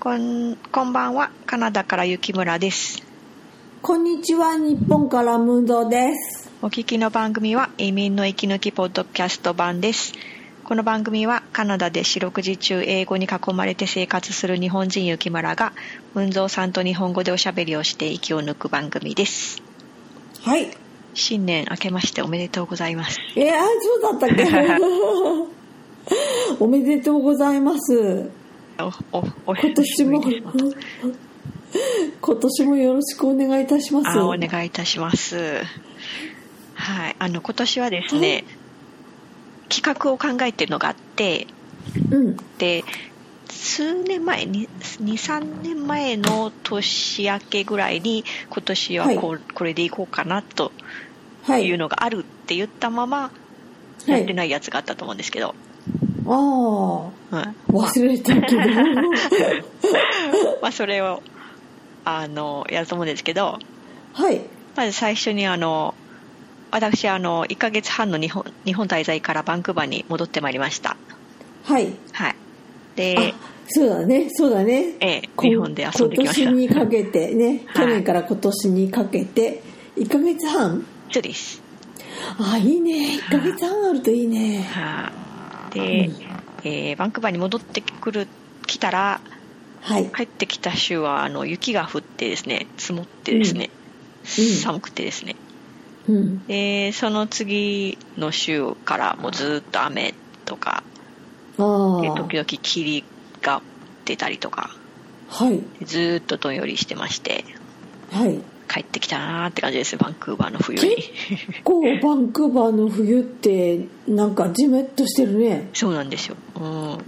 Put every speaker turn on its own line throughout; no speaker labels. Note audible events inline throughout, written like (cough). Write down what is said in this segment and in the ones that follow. こんこんばんはカナダから雪村です
こんにちは、日本からムードです。
お聞きの番組は移民の息抜きポッドキャスト版ですこの番組はカナダで四六時中英語に囲まれて生活する日本人雪村が文蔵さんと日本語でおしゃべりをして息を抜く番組です
はい。
新年明けましておめでとうございます
えー、あ、そうだったっけ
(laughs)
おめでとうございます。
おおお
今年も、
お久しぶりです
今年もよろしくお願いいたします。
あお願いいたしますはいあの今年はですね企画を考えてるのがあって
うん。
で数年前23年前の年明けぐらいに今年はこ,、うこれでいこうかなと
はい。
いうのがあるって言ったまま
は
や
い
ってないやつがあったと思うんですけど、
ああ、 (laughs)
うん
忘れた
(laughs)
けど。
まあ、それをあのやると思うんですけど
はい。
まず最初にあの私あの1ヶ月半の日本日本滞在からバンクーバーに戻ってまいりました
はい。
はい
あ
で、
そうだね、そうだね。
ええ
こ
日本で遊んできました
今年にかけてね、
はい
去年から今年にかけて、1ヶ月半
そうです
あ、いいね。1ヶ月半あるといいね。
はいで、えーバンクーバーに戻ってくる来たら
はい。うん。
帰ってきた週はあの雪が降ってですね積もってですね、寒くてですね
うん。
でその次の週からもうずっと雨とか
ああ。
で時々霧が出たりとか
はい。
ずっとどんよりしてまして
はい。
帰ってきたなーって感じですバンクーバーの冬に
こう、バンクーバーの冬って、なんかジメッとしてるね。
(laughs) そうなんですよ、うん
う、ー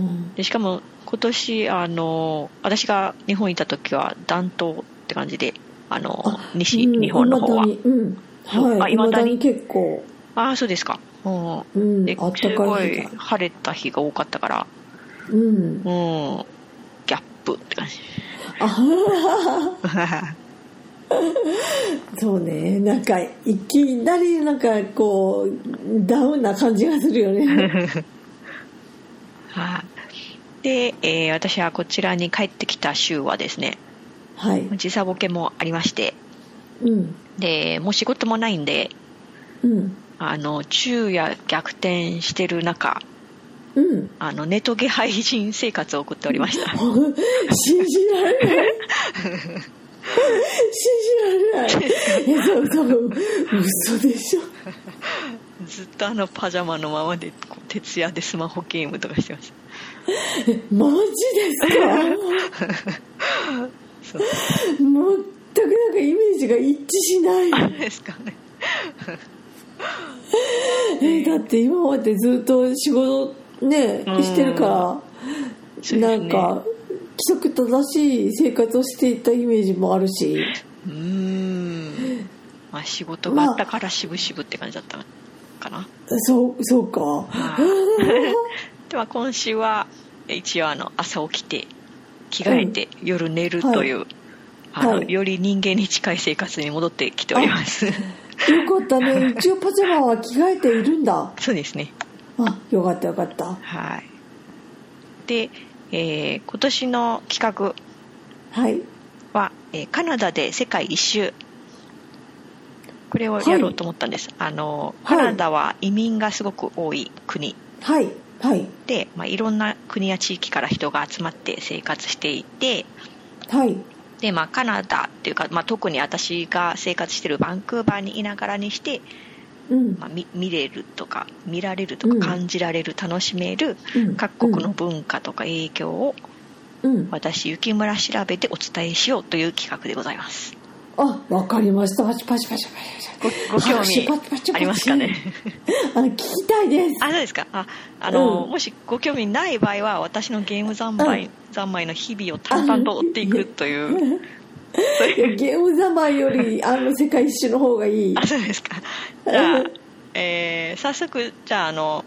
ん。
でしかも今年あの私が日本にいた時は暖冬って感じであの西
うん
日本の方は、
未だにうん。
そうあ
はい。
未
いま
だ
だ
に
に結構、
ああそうですか、うん
うん
で、
あっ
す
た
ご
か
い
い。
晴れた日が多かったから
うん。
もうギャップって
(laughs)
感じ
あははそうね。なんか、いきなり、なんか、こう、ダウンな感じがするよ
(laughs)
ね。
はいで、えー私はこちらに帰ってきた週はですね
はい。
時差ボケもありまして
うん。
でもう仕事もないんで
うん。
あの昼夜逆転してる中
うん。
あのネトゲ廃人生活を送っておりました
信じられない信じられないいやでも多分嘘でしょ
ずっとあのパジャマのままでこう徹夜でスマホゲームとかしてました
マジです
そ
か全くなんかイメージが一致しない
ですかね
えだって今までずっと仕事ね
うん
してるか
そう
ら
ですね
なんか規則正しい生活をしていたイメージもあるし
うーんまあ仕事があったから渋々って感じだったかな、
そうそうか
では今週は一応あの朝起きて着替えて夜寝るという、あの
はい
より人間に近い生活に戻ってきております
よかったね一応パジャマは着替えているんだ
(laughs) そうですね
あよかったよかった
はいで、えー今年の企
はい
画は、えーカナダで世界一周これをやろうと思ったんです、あのカナダは移民がすごく多い国
はいはい
で、まあ、いろんな国や地域から人が集まって生活していて
はい
で、まあ、カナダっていうか、まあ、特に私が生活してるバンクーバーにいながらにして、
うん
まあ、見見れるとか見られると
う
か
ん
感じられる、楽しめる
うん
各国の文化とか影響を
うん
私雪村調べてお伝えしようという企画でございます
あわかりましたパチパチパチパチパチ
ごご興味
拍手パチパチパチ
ありますかね
あ聞きたいです
あそうですかああの、
うん
もしご興味ない場合は私のゲーム三昧、
うん
三昧の日々を淡々と追っていくというそういう (laughs)
いやゲームざまいよりあの世界一周の方がいい
あそうですかじゃあ
うん、
えー早速じゃああの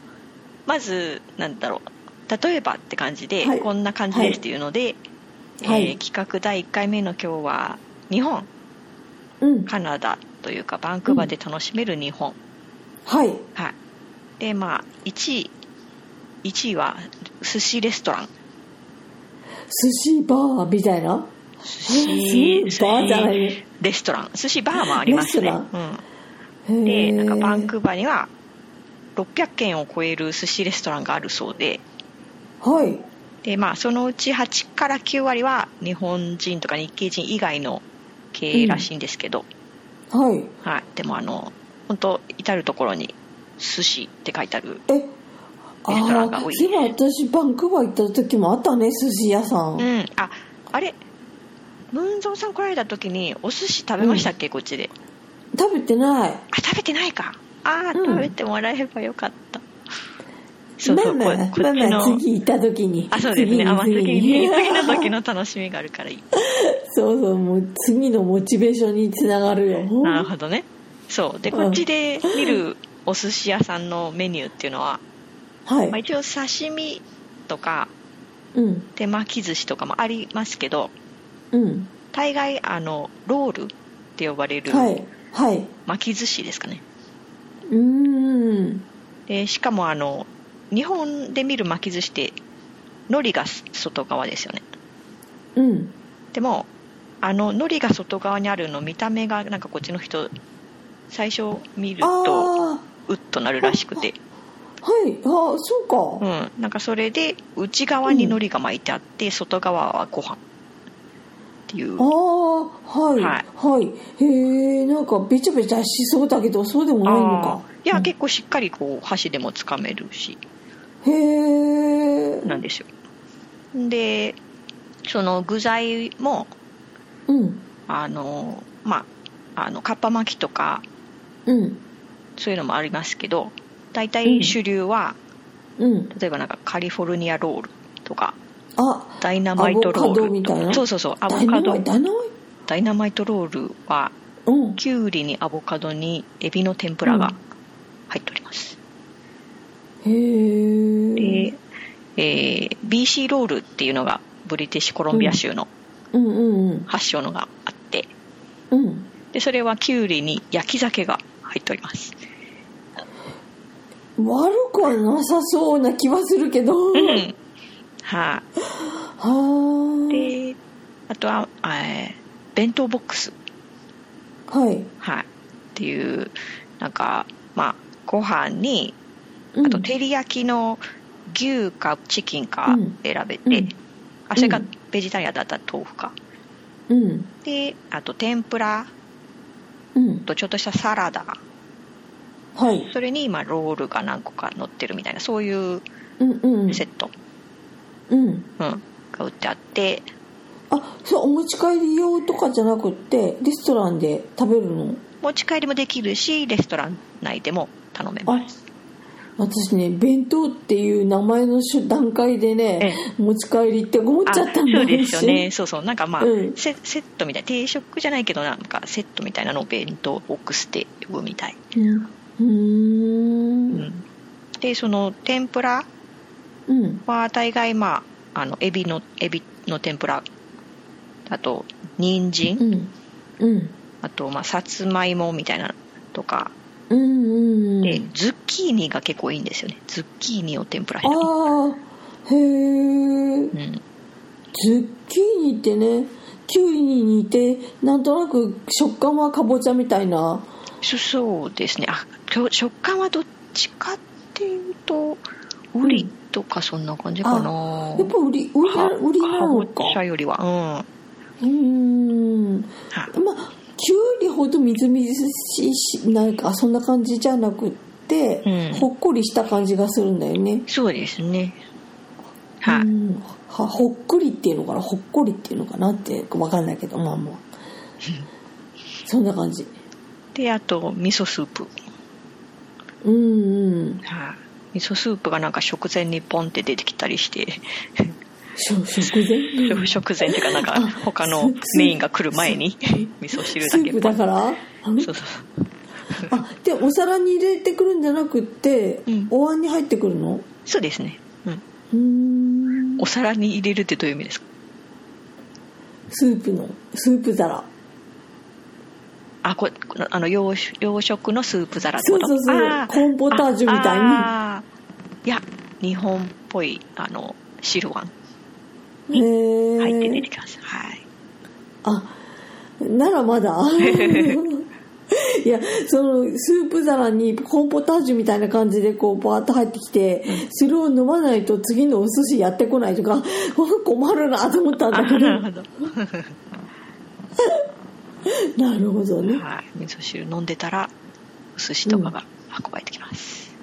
まずなんだろう例えばって感じで、
はい
こんな感じですっていうので、
はい
えー企画第1回目の今日は日本
うん
カナダというかバンクーバーで楽しめる日本、
はい
はいでまあ1位1位は寿司レストラン
寿司バーみたいなえーすごいバーじゃないね
レストラン寿司バーもありますね
レスト
うん、でなんかバン
ク
クーバーには600軒を超える寿司レストランがあるそうで
はい
で、まあ、そのうち8から9割は日本人とか日系人以外の経営らしいんですけど、
はい
はい、でもあの本当至る所に「寿司」って書いてある
え
レストラン
あ
が多
あ
い
今私バンクーバー行った時もあったね寿司屋さん、
うんああれムーンゾンさん来られた時にお寿司食べましたっけ、こっちで
食べてない
あ食べてないかああ、
うん
食べてもらえればよかったそうそう
まあ
こ
まあ
こっち
まあまあ
の
次行った時に
あそうですねあまあ次
次
に
に
次の時の楽しみがあるからいい
そうそうもう次のモチベーションにつながるよ
なるほどねそうで
うん
こっちで見るお寿司屋さんのメニューっていうのは、
はい、
まあ、一応刺身とか
うん
手巻き寿司とかもありますけど
うん
大概あのロールって呼ばれる
はいはい
巻き寿司ですかね、
うーん
でしかもあの日本で見る巻き寿司って海苔が外側ですよね
うん
でもあの海苔が外側にあるの見た目がなんかこっちの人最初見る
あ
と
あ
ウッとなるらしくて、
はいああそうか、
うん、なんかそれで内側に海苔が巻いてあって外側はご飯っていう
ああはい
は
はいい、へえんかべちゃべちゃしそうだけどそうでもないの
あ
か
ーいや結構しっかりこう箸でもつかめるし
へえ
なんですよでその具材も
うん
あのまああのかっぱ巻きとか
うん
そういうのもありますけど大
う
体
ん
主流は、
うん
例えばなんかカリフォルニアロールとか
あ
ダイナマイトロール
アボカドみたいな
そうそうそうア
ダ
ボ
イ
カ
ナマ
ド
イダイナマイ
ダイナマイトロールは
うん
きゅうりにアボカドにエビの天ぷら
う
が
ん
入っております、
へえ
で、えー BC ロールっていうのがブリティッシュコロンビア州の
うんうんうん
発祥のがあって
うん
でそれはきゅうりに焼き鮭が入っております
悪くはなさそうな気はするけど、
う
は
んは
あ
いであとは、えー弁当ボックス
はい
はいっていうなんかまあご飯に
うん
あと照り焼きの牛かチキンか選べて、
うん
あそれが
うん
ベジタリアンだったら豆腐か
うん
であと天ぷら
うん
とちょっとしたサラダ
はい
それに今ロールが何個か乗ってるみたいなそういう
うんうん
セット、
うん
うんが売ってあって
あそうお持ち帰り用とかじゃなくってレストランで食べるの
持ち帰りもできるしレストラン内でも頼め
あ
ます
私ね弁当っていう名前の段階でね持ち帰りって思っちゃったんだ
そうですよねそうそうなんかまあ、
うん
セセットみたい定食じゃないけどなんかセットみたいなのを弁当ボックスって呼ぶみたい、
一瞬うん
う
うん
ん、でその天ぷら
うん
は大概まああのエビのエビの天ぷらあと人参、
うんうん
あとまあさつまいもみたいなのとか
うんう
で
ん
ズッキーニが結構いいんですよねズッキーニを天ぷら
あ
に
あ
う
へえ
ん
ズッキーニってねキュウリに似てなんとなく食感はかぼちゃみたいな
そそうですねあきょ食感はどっちかっていうとウリとかそんな感じかな
やっぱ売り売りな売りなの
かぼち
か
ゃよりはうん
うん
は
まあきゅうりほどみずみずしいしなんかそんな感じじゃなくって、
うん
ほっこりした感じがするんだよね、
そうですねは
う
い
んはほっくりっていうのかなほっこりっていうのかなってわかんないけどまあまあそんな感じ
であと味噌スープ
うんうん
はい味噌スープがなんか食前にポンって出てきたりして (laughs)
しょ食前
食前っていうかなんか他のメインが来る前に味噌汁
ス
だけ
ープ
ポン
だから
そうそう
あでお皿に入れてくるんじゃなくって、
うん
お椀に入ってくるの
そうですね、うん、
うん
お皿に入れるってどういう意味ですか
スープのスープ皿
あここのあの洋食洋食のスープ皿って
そ
こ
う
と
そうそう
あー
コーンポタージュみたいに
あーいや日本っぽいあの汁碗
へえ
入って出てきます。はい。
あならま
(laughs)
だいやそのスープ皿にコーンポタージュみたいな感じでこうバーッと入ってきてそれを飲まないと次のお寿司やってこないとか (laughs) 困るなと思ったんだ
あ、
け
なる
ど
ほど。
なるほどね
はい。味噌汁飲んでたら、お寿司とかが運ばれてきます。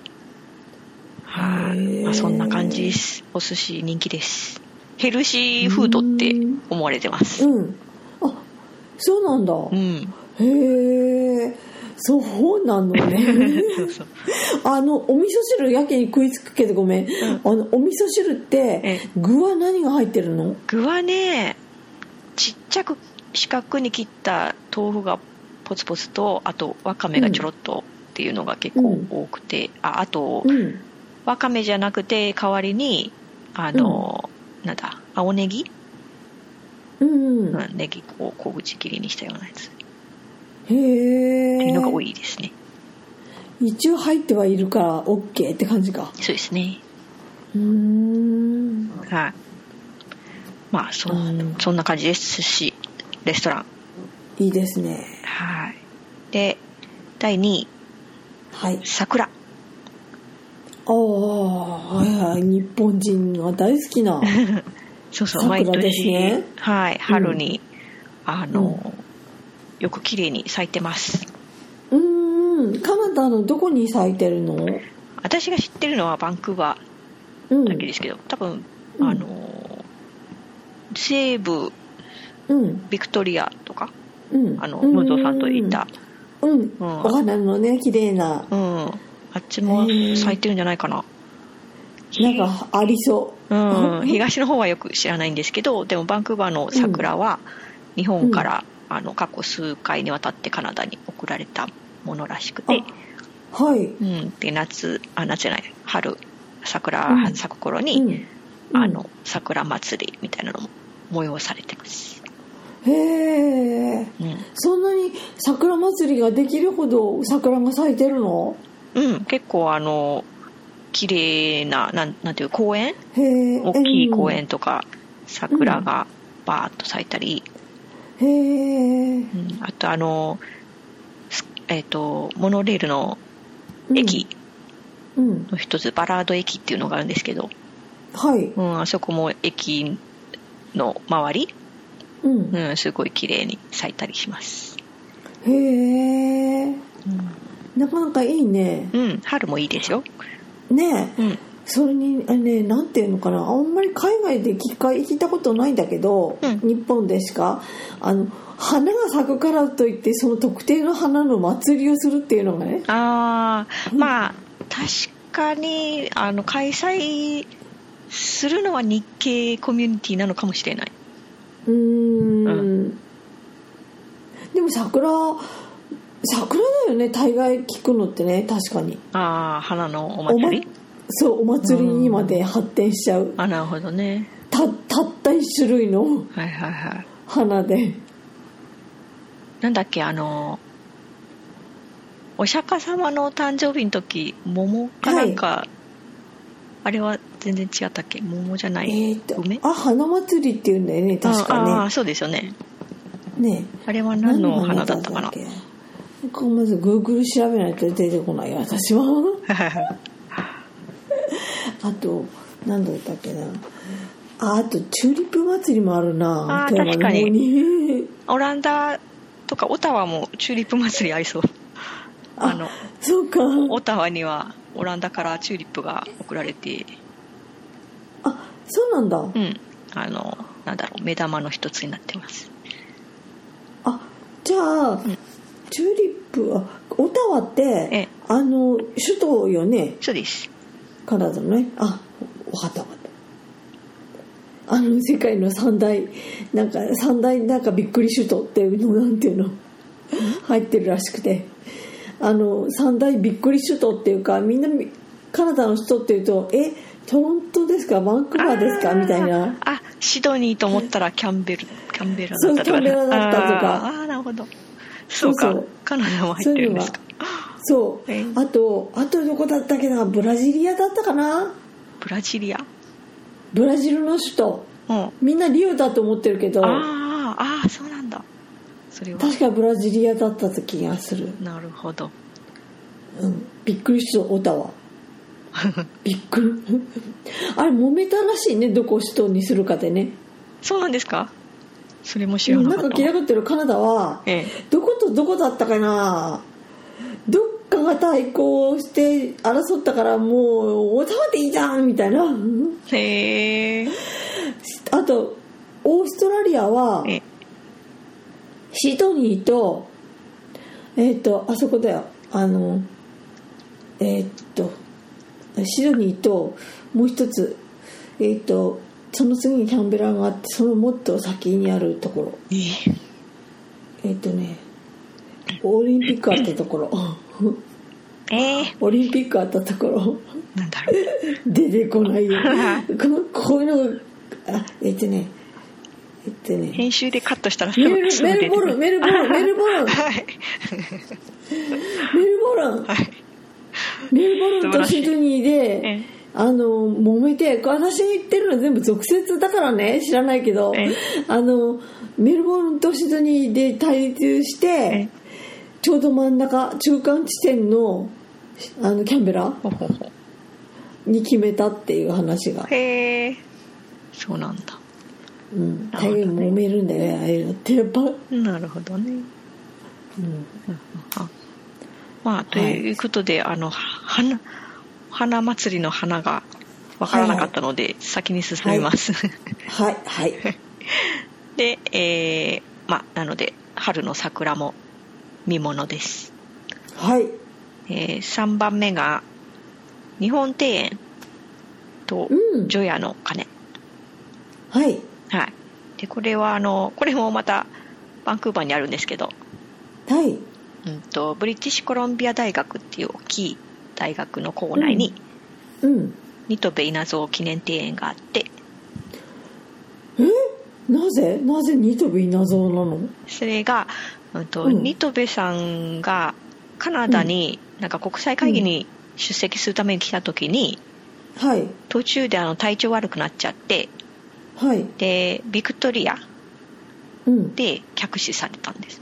は
へ
い。
ー
まあ、そんな感じです。お寿司人気です。ヘルシーフードって思われてます。
うんあそうなんだ
うん。
へえそうなの
(laughs)
(laughs) ね
そうそう。
あのお味噌汁やけに食いつくけどごめん、あのお味噌汁って
え
具は何が入ってるの
具はね、ちっちゃく四角に切った豆腐がポツポツと、あとわかめがちょろっとっていうのが結構多くて、ああと、
うん
わかめじゃなくて代わりにあの、なんだ青ネギ、
うんうん
うん、ネギを小口切りにしたようなやつっ
へえ
ていうのが多いですね、
一応入ってはいるから OK って感じか
そうですね
うーん
はいまあそ
うん
そんな感じです寿司レストラン
いいですね
はいで第2位
はい
桜
ああはいはい日本人は大好きな
(laughs) そうそう
桜
毎年、
ですね
はい春に、あの、よく綺麗に咲いてます
うーんカナダのどこに咲いてるの
私が知ってるのはバンクーバー
うん
だけですけど、多分
うん
あのー西部
うん
ビクトリアとか
うん
あのムンゾーさんと行った、
うん、
う
うんん、お花のね綺麗な
うん、あっちも
へー
咲いてるんじゃないかな
なんかありそ
うん、東の方はよく知らないんですけどでもバンクーバーの桜は日本から、あの過去数回にわたってカナダに送られたものらしくて、
うはい、
うん、で夏あ夏じゃない春
う
桜
ん
咲く頃
う
に、
ん、
あの桜祭りみたいなのも催されてます、
へえ
うん
そんなに桜祭りができるほど桜が咲いてるの
うん、結構あの綺麗ななんなんていう公園
へえ
大きい公
う
園
ん
とか、桜がバーッと咲いたり、
へえ
うんあとあのすえっ、とモノレールの
うん
駅
うん
の一つ、バラード駅っていうのがあるんですけど、
はい
うん、あそこも駅の周り、
うん
うん、すごい綺麗に咲いたりします、
へえ
う
なかなかいいね
ん春もいいですよ、
ねえ
うん、
それにあねなんていうのかなあんまり海外で聞か聞いたことないんだけど、
うん
日本でしかあの花が咲くからといってその特定の花の祭りをするっていうのがね
ああまあ確かにあの開催するのは日系コミュニティなのかもしれないう
ーん
うん
でも桜桜だよね大概聞くのってね確かに
ああ花のお
おま
祭り
そうお祭りにまで発展しちゃう
あなるほどね
たたった一種類の
はいはいはい
花で
なんだっけあのお釈迦様のお誕生日の時桃かなんか、あれは全然違ったっけ桃じゃない、
えっと
梅
あ花祭りっていうんだよね確
ああ
か
そうですよね
ねね
あれは何の花だったか
何の花だ
な
っけこうまず Google 調べないと出てこない私はあと何だったっけなああとチューリップ祭りもある
あ
な
ー
富山の方に
オランダとかオタワもチューリップ祭りありそう
あ
あの
(laughs) そうか
オタワにはオランダからチューリップが送られて、
あそうなんだ、
うん、あのなんだろう目玉の一つになってます
あじゃあ、チューリップあオタワっ
え
て
え
あの首都よね
そうです
カナダのねあわかったわかったあの世界の三大なんか三大なんかびっくり首都っていうのなんていうの入ってるらしくてあの三大びっくり首都っていうかみんなみカナダの人っていうとえトロントですかバンクーバーですかみたいな
あシドニーと思ったらキャンベルキャンベラだ
そう
ったとか
キャンベラだったとか
あーあーなるほどそうか
そうそう
カナダも入
そ
っ
う
て
い
る
うん
で
の
す
が
か
そう
ええ
あとあとどこだったっけなブラジリアだったかな
ブラジリア
ブラジルの首都
ううん
みんなリオだと思ってるけど
ああああそうなんだそれは
確かブラジリアだった気がする、
なるほど
うん、びっくりしたオタワびっくりあれ揉めたらしいねどこを首都にするかでね
そうなんですかそれも知ら
な
なか
ん
っ
か
た
嫌
わ
がってるカナダは
え
どことどこだったかなどっかが対抗して争ったからもうオタワでいいじゃんみたいな
えへえ
あとオーストラリアは
え
シドニーとえっ、とあそこだよあのえっ、とシドニーともう一つえっ、とその次にキャンベラがあってそのもっと先にあるところ
え
えっ、とねオリンピックあったところ (laughs)
え
オリンピックあったところ (laughs)
なんだろう
出てこな
(laughs)
いよこのこういうのがあえっ、とねえっ、とね
編集でカットしたらす
メ
ぐ
ル
すぐ
メ
出て
ルボ
く
ル
る
ンメルボルンメルボルン
はい
メルボルン
はい
メルボルンとシドニー
え
で
え、
あの、揉めて、私が言ってるのは全部俗説だからね、知らないけど
ええ、
あの、メルボルンとシドニーで対立し
え
て、ちょうど真ん中、中間地点の、あの、キャンベラ
ほほほ
に決めたっていう話が、
へえそうなんだ
うん、
なる
大
ほどね
変揉めるんだよね、ああいうのって、やっぱ、うん
なるほどねうんあまあということで、あの花花祭りの花がわからなかったので、先に進みます、
はい、はい、
(laughs) で、えーまあなので春の桜も見ものです、
はい、
え3番目が日本庭園と
うん
除夜の鐘、
はい、
はいでこれはあのこれもまたバンクーバーにあるんですけど、
は
う
い、
ん、とブリティッシュコロンビア大学っていう大きい大学の校内に、
うん。
ニトベ稲造記念庭園があって
なぜなぜニトビ稲造なの
それが、うんと
うん
ニトベさんがカナダになんか国際会議に出席するために来た時に、
はい、
途中であの体調悪くなっちゃって
はい、
でビクトリア
うん。
で客死されたんです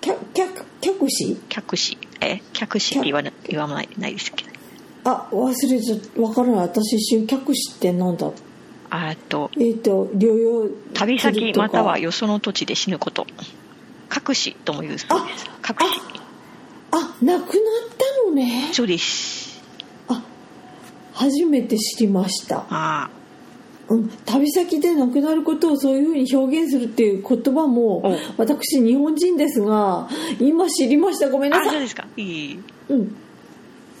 客客客死
客死え客死って言わな言わないないですけど
あ忘れちゃったわからない私一瞬客死ってなんだ
あーと
えっ、と療養
旅
取
先
るとか
またはよその土地で死ぬこと隠しとも言うそうです隠し
あ亡くなったのね
そうです
初めて知りました、
あ
うん、旅先で亡くなることをそういうふうに表現するっていう言葉も
お
私日本人ですが今知りましたごめん
ーあ
な
そう
さい
ですかいい
うん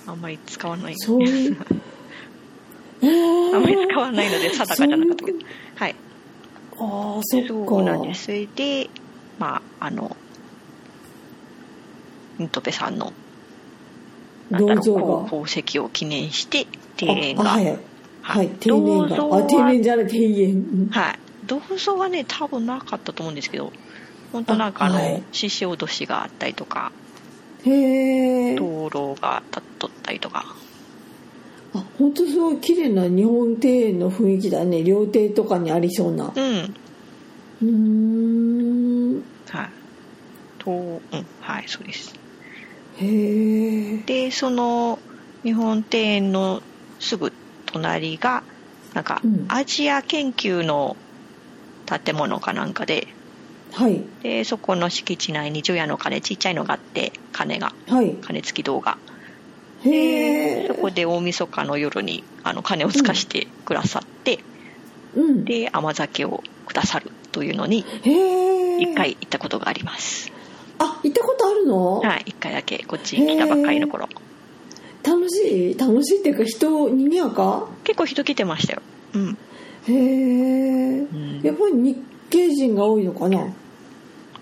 あんまり使わない
そういう
(laughs) あんまり使わないので定かじゃなかったけど
そういう
はい
ああそっか
そうなんですそれでまああのニトペさんのなんだ
銅
ろう
像
こ
が
う功績を記念して
あ
庭園
あ
が
は
はい
いはい定
銅
年
像
があ
は
定年じゃない定年うん
はい銅像はね多分なかったと思うんですけど本当なんかあ
あは
の
い
獅子落としがあったりとか
へえ
灯籠が立っとったりとか
あ本当すごい綺麗な日本庭園の雰囲気だね料亭とかにありそうな
うん
うーん
はいとうんはいそうです
へえ
でその日本庭園のすぐ隣がなんか
うん
アジア研究の建物かなんかで
はい
でそこの敷地内に除夜の鐘ちっちゃいのがあって鐘が
はい
鐘付き動画
へえ
そこで大晦日の夜にあの鐘をつかしてくださって、
うん
で甘酒をくださるというのに
へえ
一回行ったことがあります、
あ行ったことあるの、
はい一回だけこっち来たばっかりの頃
楽しい楽しいっていうか人にぎやか
結構人来てましたようん、
へえ
うん
やっぱり日系人が多いのかな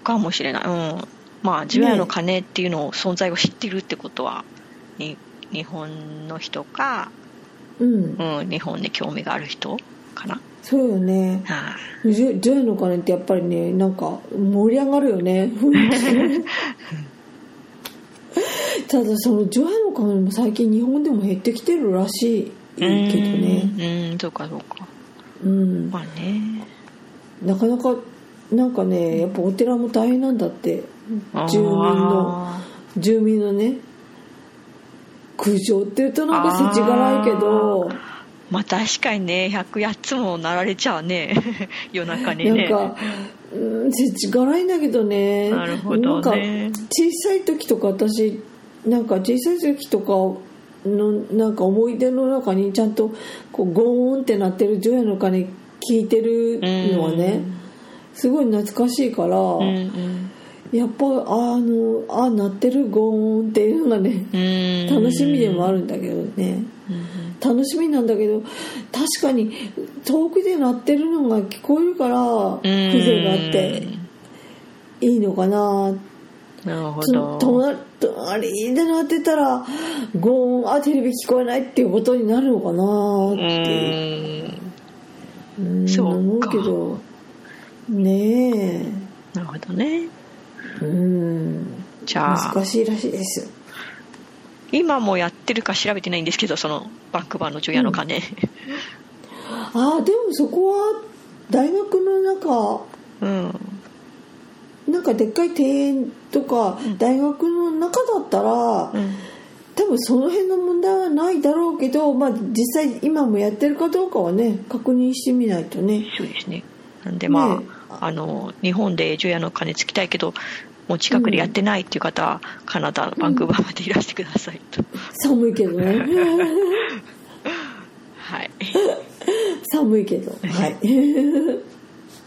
かもしれないうんまあジュエの鐘っていうのを存在を知ってるってことはに日本の人か、
うん
うん、日本に興味がある人かな
そうよね
は
ジョジョイの鐘ってやっぱりねなんか盛り上がるよね雰囲気ただそのジョイの鐘も最近日本でも減ってきてるらしい
い
けどね
うんうんそうかそうか
うん
まあね
なかなかなんかねやっぱお寺も大変なんだって住民の
あ
住民のね苦情って言うとなんか世知辛いけど
ーまあ確かにね108つもなられちゃうね (laughs) 夜中に
なん
ね
か、うん、世知辛いんだけどね
なるほどね
なんか小さい時とか私なんか小さい時とかのなんか思い出の中にちゃんとこうゴーンって鳴ってる除夜の鐘聞いてるのはね
うん
すごい懐かしいから、
うんうん
やっぱあのあ鳴ってるゴーンっていうのがね
うん
楽しみでもあるんだけどね
うん
楽しみなんだけど確かに遠くで鳴ってるのが聞こえるから
うん
風情があっていいのかな
なるほ
つ
ど
隣隣で鳴ってたらゴーンあテレビ聞こえないっていうことになるのか
う
なって
ん
うん
そう
思
か
うけどね
なるほどね
えうん
じゃあ
難しいらしいです
今もやってるか調べてないんですけどそのバックバーの除夜の鐘、
あーでもそこは大学の中
うん、
なんかでっかい庭園とか大学の中だったら、
うん
多分その辺の問題はないだろうけど、まあ、実際今もやってるかどうかはね確認してみないとね
そうですねなんでまあ,、
ね
あの日本で除夜の鐘つきたいけどもう近くでやってないっていう方は、カナダのバンクーバーまでいらしてくださいと、
寒いけどね
はい
(laughs) 寒いけどはい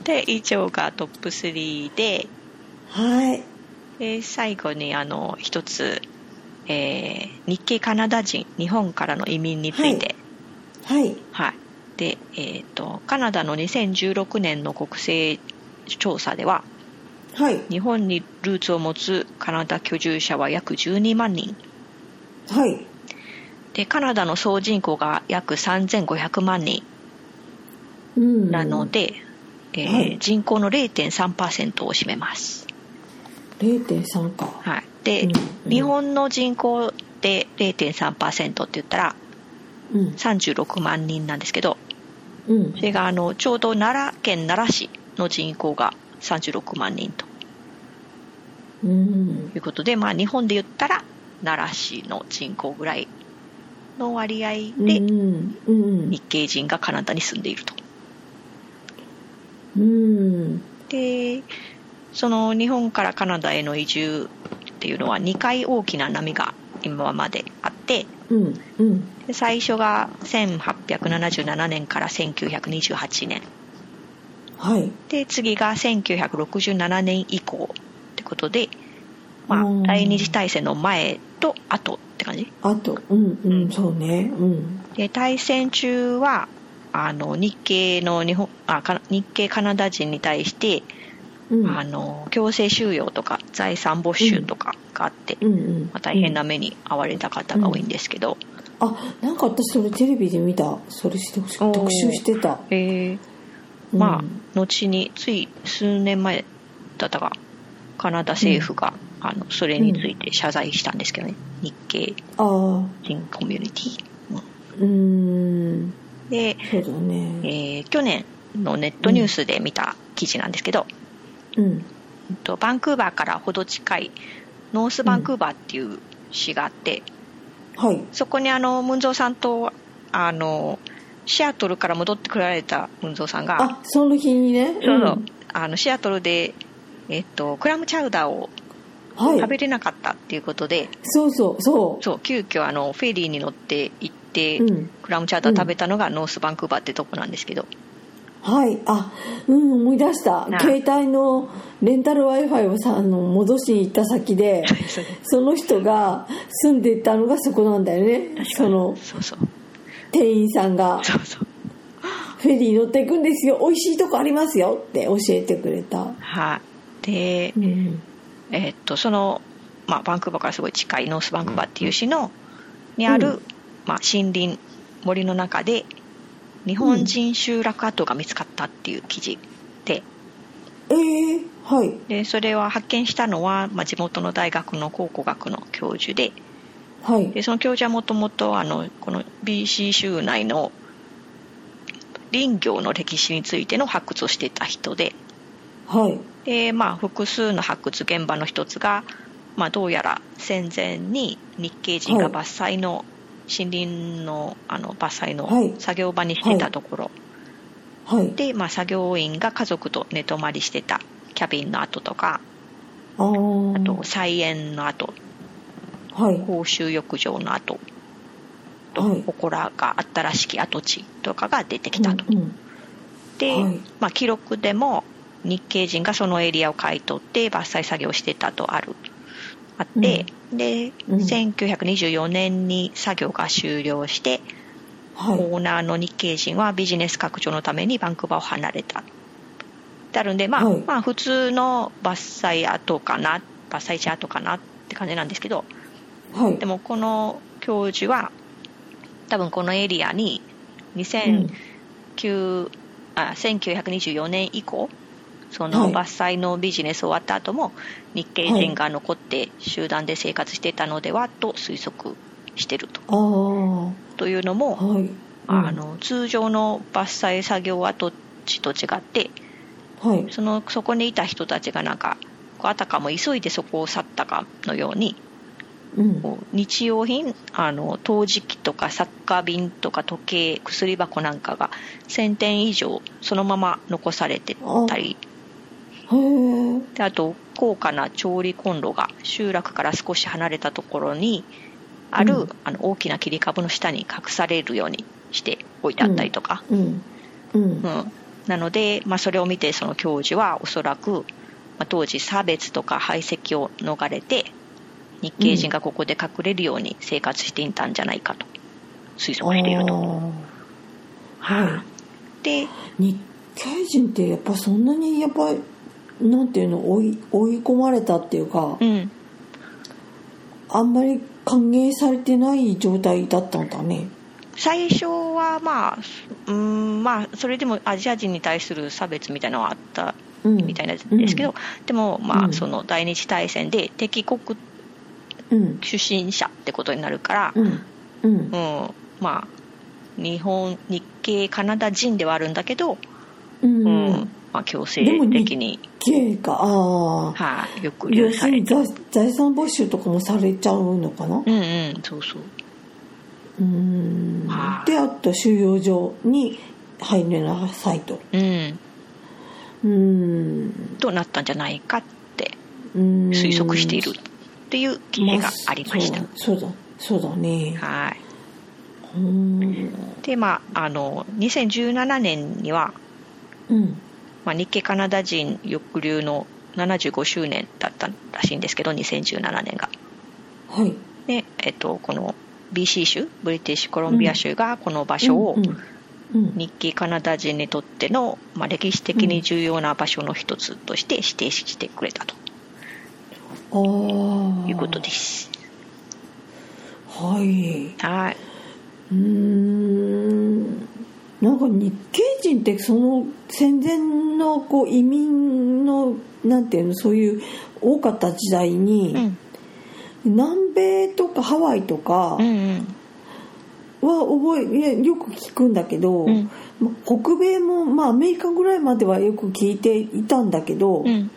で以上がトップ3で、
はい
えー最後にあの一つ、えー日系カナダ人日本からの移民について、
はい
はい、で、えー、とカナダの2016年の国勢調査では
はい
日本にルーツを持つカナダ居住者は約12万人
はい
でカナダの総人口が約3500万人
うん
なので、えー
はい
人口の0.3%を占めます、
0.3か
はい、で、
うんうん
日本の人口で0.3%って言ったら
うん
36万人なんですけど
うん
それがあのちょうど奈良県奈良市の人口が36万人と
うん
ということで、まあ、日本で言ったら奈良市の人口ぐらいの割合で
うんうん
日系人がカナダに住んでいると。
うん
でその日本からカナダへの移住っていうのは2回大きな波が今まであって
うんうん
で最初が1877年から1928年
はい
で次が1967年以降ってことで、ま
う
あ
ん、
第二次大戦の前と後って感じ
あとうんうんそうねうん
で対戦中はあの日系の日本あか日系カナダ人に対して、
うん
あの強制収容とか財産没収とかがあって、
うんうん
まあ、大変な目に遭われた方が多いんですけど、
あなんか私それテレビで見たそれして
おー
特集してた、
え
う
ー
ん
まあ、後につい数年前だったがカナダ政府が、あのそれについて謝罪したんですけどね日系
ああ
人コミュニティ、うん
うーん
で、
そうだね
えー去年のネットニュースで見た記事なんですけど、
うん
えっとバンクーバーからほど近いノースバンクーバーっていう市があって、
はい
そこにあのムンゾーさんとあのシアトルから戻ってくられたムンゾーさんが
あその日にね
そうそう、
ん
あのシアトルで、えっと、クラムチャウダーを食
は
べ
い
れなかったっていうことで、
そうそうそ
そう急遽あのフェリーに乗って行って、
ううん
クラムチャウダー食べたのがノースバンクーバーってとこなんですけど、
はいあうん思い出した
な
携帯のレンタル w i f i をさあの戻しに行った先で
(laughs)
その人が住んでいたのがそこなんだよねその
そうそう
店員さんが
そうそう
フェリー乗っていくんですよ美味しいとこありますよって教えてくれた
はい、で
うん
えーっとその、まあ、バンクーバーからすごい近いノースバンクーバーっていう市のにある、
うん
まあ、森林森の中で日本人集落跡が見つかったっていう記事で
ええはい
でそれは発見したのは、まあ、地元の大学の考古学の教授で
はい
でその教授はもともとあのこの BC 州内の林業の歴史についての発掘をしていた人で
はい
で、まあ、複数の発掘現場の一つが、まあ、どうやら戦前に日系人が伐採の森林のあの伐採
はい
の作業場にしていたところ、
はい
で、まあ、作業員が家族と寝泊まりしてたキャビンの跡とか
あー
あと菜園の跡
はい
公衆浴場の跡
はい
祠があったらしき跡地とかが出てきたと、
うんうん
で、
はい
まあ、記録でも日系人がそのエリアを買い取って伐採作業をしてたとあるあって、で、
うん
1924年に作業が終了して、
はい
オーナーの日系人はビジネス拡張のためにバンクーバーを離れたであるんで、まあ
はい
まあ普通の伐採跡かな伐採地跡かなって感じなんですけど
はい
でもこの教授は多分このエリアに
う
2009
ん、
あ1924年以降そ
は
の
い
伐採のビジネス終わった後も日系人が残って集団で生活していたのではと推測してると
ああ
というのも、
はい、うん
あの通常の伐採作業跡地と違って
はい
そのそこにいた人たちがなんかこうあたかも急いでそこを去ったかのように
うん
こう日用品あの陶磁器とかサッカー瓶とか時計薬箱なんかが1000点以上そのまま残されてたり
へえ
であと高価な調理コンロが集落から少し離れたところにある、
うん
あの大きな切り株の下に隠されるようにして置いてあったりとか、
うんうん
うん、なので、まあ、それを見てその教授はおそらく、まあ、当時差別とか排斥を逃れて日系人がここで隠れるように生活していたんじゃないかと推測していると。
あーは
で
い日系人ってやっぱそんなにやっぱなんていうの追い追い込まれたっていうか、
うん
あんまり歓迎されてない状態だったんだね
最初はまあうーんまあそれでもアジア人に対する差別みたいなのはあった
うん
みたいなんですけど、でもま
う
あ
ん
その第二次大戦で敵国
うん
出身者ってことになるから、
うんうん
うん、まあ日本日系カナダ人ではあるんだけど、
うん、
う
うん
んまあ、強制的に、
系かああ
はい、抑
要
留
す
さ
る
れ
に
て
財財産没収とかもされちゃうのかな
うんうんそうそう
うん
はあ
であと収容所に入れなさいと
うん
うん
となったんじゃないかって
うん
推測しているっていう記事がありました、
あそうだそうだそうだね
はい
うん
でまああの2017年には、
うん
まあ、日系カナダ人抑留の75周年だったらしいんですけど2017年が
はい
で、えっと、この BC 州ブリティッシュコロンビア州がこの場所を、
うんうん
日系カナダ人にとっての、まあ、歴史的に重要な場所の一つとして指定してくれたと
ああ
いうことです。
はい
はい。
うんなんか日系人ってその戦前のこう移民のなんていうのそういう多かった時代
う
に、
ん。
南米とかハワイとか
うんうん。
は覚えいやよく聞くんだけど、
うん
まあ北米も、まあ、アメリカぐらいまではよく聞いていたんだけど、
うん。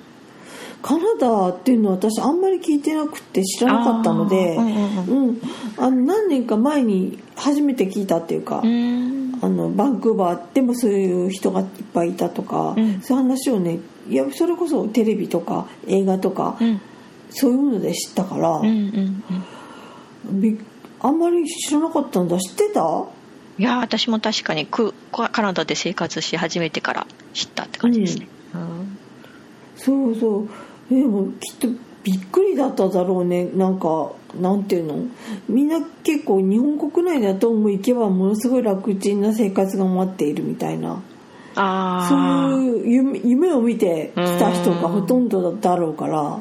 カナダっていうのは私あんまり聞いてなくて知らなかったので
あーうんうん
うんあの何年か前に初めて聞いたっていうか、
うん。
あのバンクーバーでもそういう人がいっぱいいたとか、
うん
そういう話をねいやそれこそテレビとか映画とか、
うん。
そういうので知ったから、
うん。うん。
びあんまり知らなかったんだ知ってた
いやー、私も確かにくカナダで生活し始めてから知ったって感じですね。うん。
そうそうえでもきっとびっくりだっただろうねなんかなんていうのみんな結構日本国内だともう行けばものすごい楽ちんな生活が待っているみたいなそ
ああ。
ういう夢夢を見てきた人がほとんどだろうから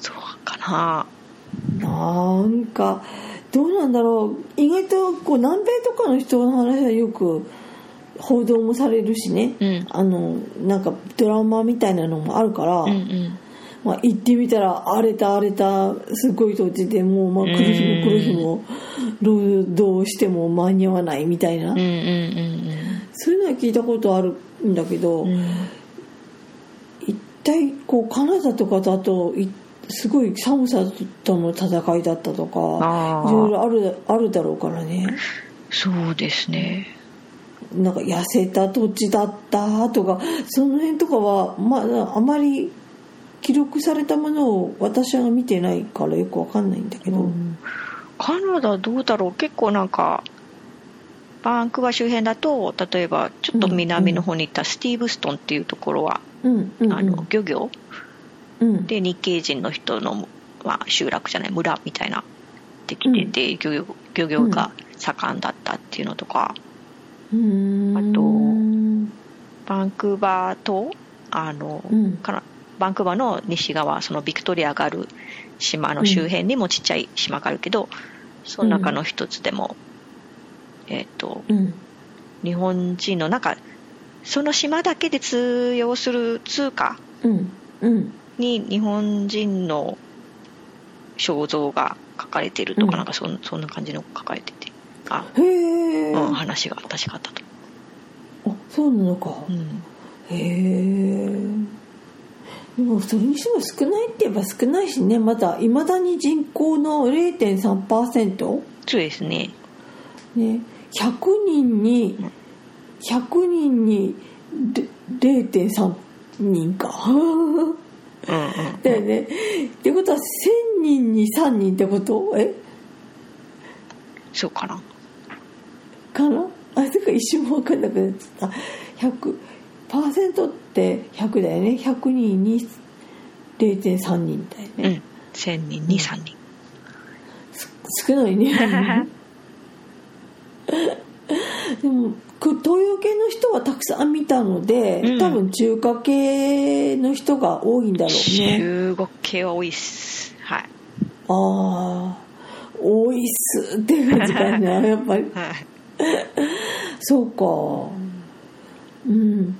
そうかな。
なんかどうなんだろう意外とこう南米とかの人の話はよく報道もされるしね、
うん
あのなんかドラマみたいなのもあるから。
うんうん。
まあ、行ってみたら荒れた荒れたすごい土地でもうまあ来る日も来る日も労働しても間に合わないみたいな
うんうんうんうん。
そういうのは聞いたことあるんだけど、一体こうカナダとかだといすごい寒さとの戦いだったとか
あー
いろいろあるあるだろうからね
そうですね
なんか痩せた土地だったとかその辺とかは、まあ、あまり記録されたものを私は見てないからよくわかんないんだけど、
カナダどうだろう結構なんかバンクーバー周辺だと例えばちょっと南の方に行ったスティーブストンっていうところは、
うんうんうん
あの漁業
うん
で日系人の人の、まあ、集落じゃない村みたいなできてて、漁業漁業が盛んだったっていうのとか、
うーん
あと
うん
バンクーバーとあの、
うん
かなバンクーバーの西側そのビクトリアがある島の周辺にもちっちゃい島があるけど、その中の一つでも、えっ、と
うん
日本人の中その島だけで通用する通貨
うんうん
に日本人の肖像が書かれているとか、
うん
なんかそんそんな感じの書かれててあ、
へえ、
うん、
あ
話が確かあったと、
そうなのか、
うん
へえでもそれにしても少ないって言えば少ないしねまだいまだに人口の0.3%
そうですね
ね100人に
うん
100人にで0.3人か (laughs)
うんうん
だよねってことは1000人に3人ってことえ
そうかな
かなあそっか一瞬も分かんなくなっちゃった100パーセントって100だよね100人に0.3人だよ
う
ね、
ん1000人に3人、
少ないね (laughs) でもく東洋系の人はたくさん見たので、
うん
多分中華系の人が多いんだろうね
中国系は多いっすはい
ああ多いっすって感じか
(laughs)
なやっぱり
はい
そうかうん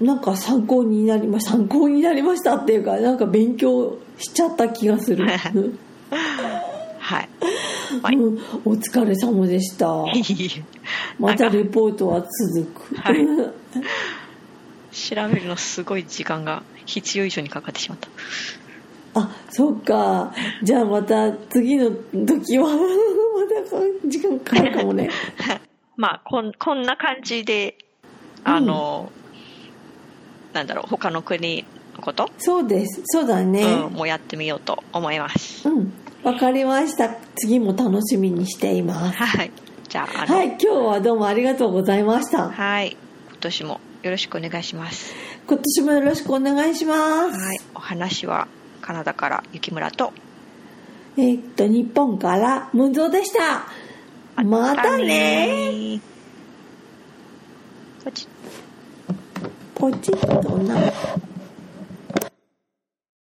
なんか参考になりま参考になりましたっていうかなんか勉強しちゃった気が
(laughs)
する、うん
はい (laughs) はい
うん、お疲れ様でしたまたレポートは続く、
はい調べるのすごい時間が必要以上にかかってしまった
あそうかじゃあまた次の時は (laughs) また時間かかるかもね
まあこんこんな感じであの、なんだろう他の国のこと、
(laughs) そうですそうだね
うん、もやってみようと思います
うんわ、かりました次も楽しみにしています
はいじゃああの
はい今日はどうもありがとうございました
はい今年もよろしくお願いします
今年もよろしくお願いします。
はいお話はカナダから雪村と
えーっと、日本から文蔵でした。またね
ポチッ
ポチッとな。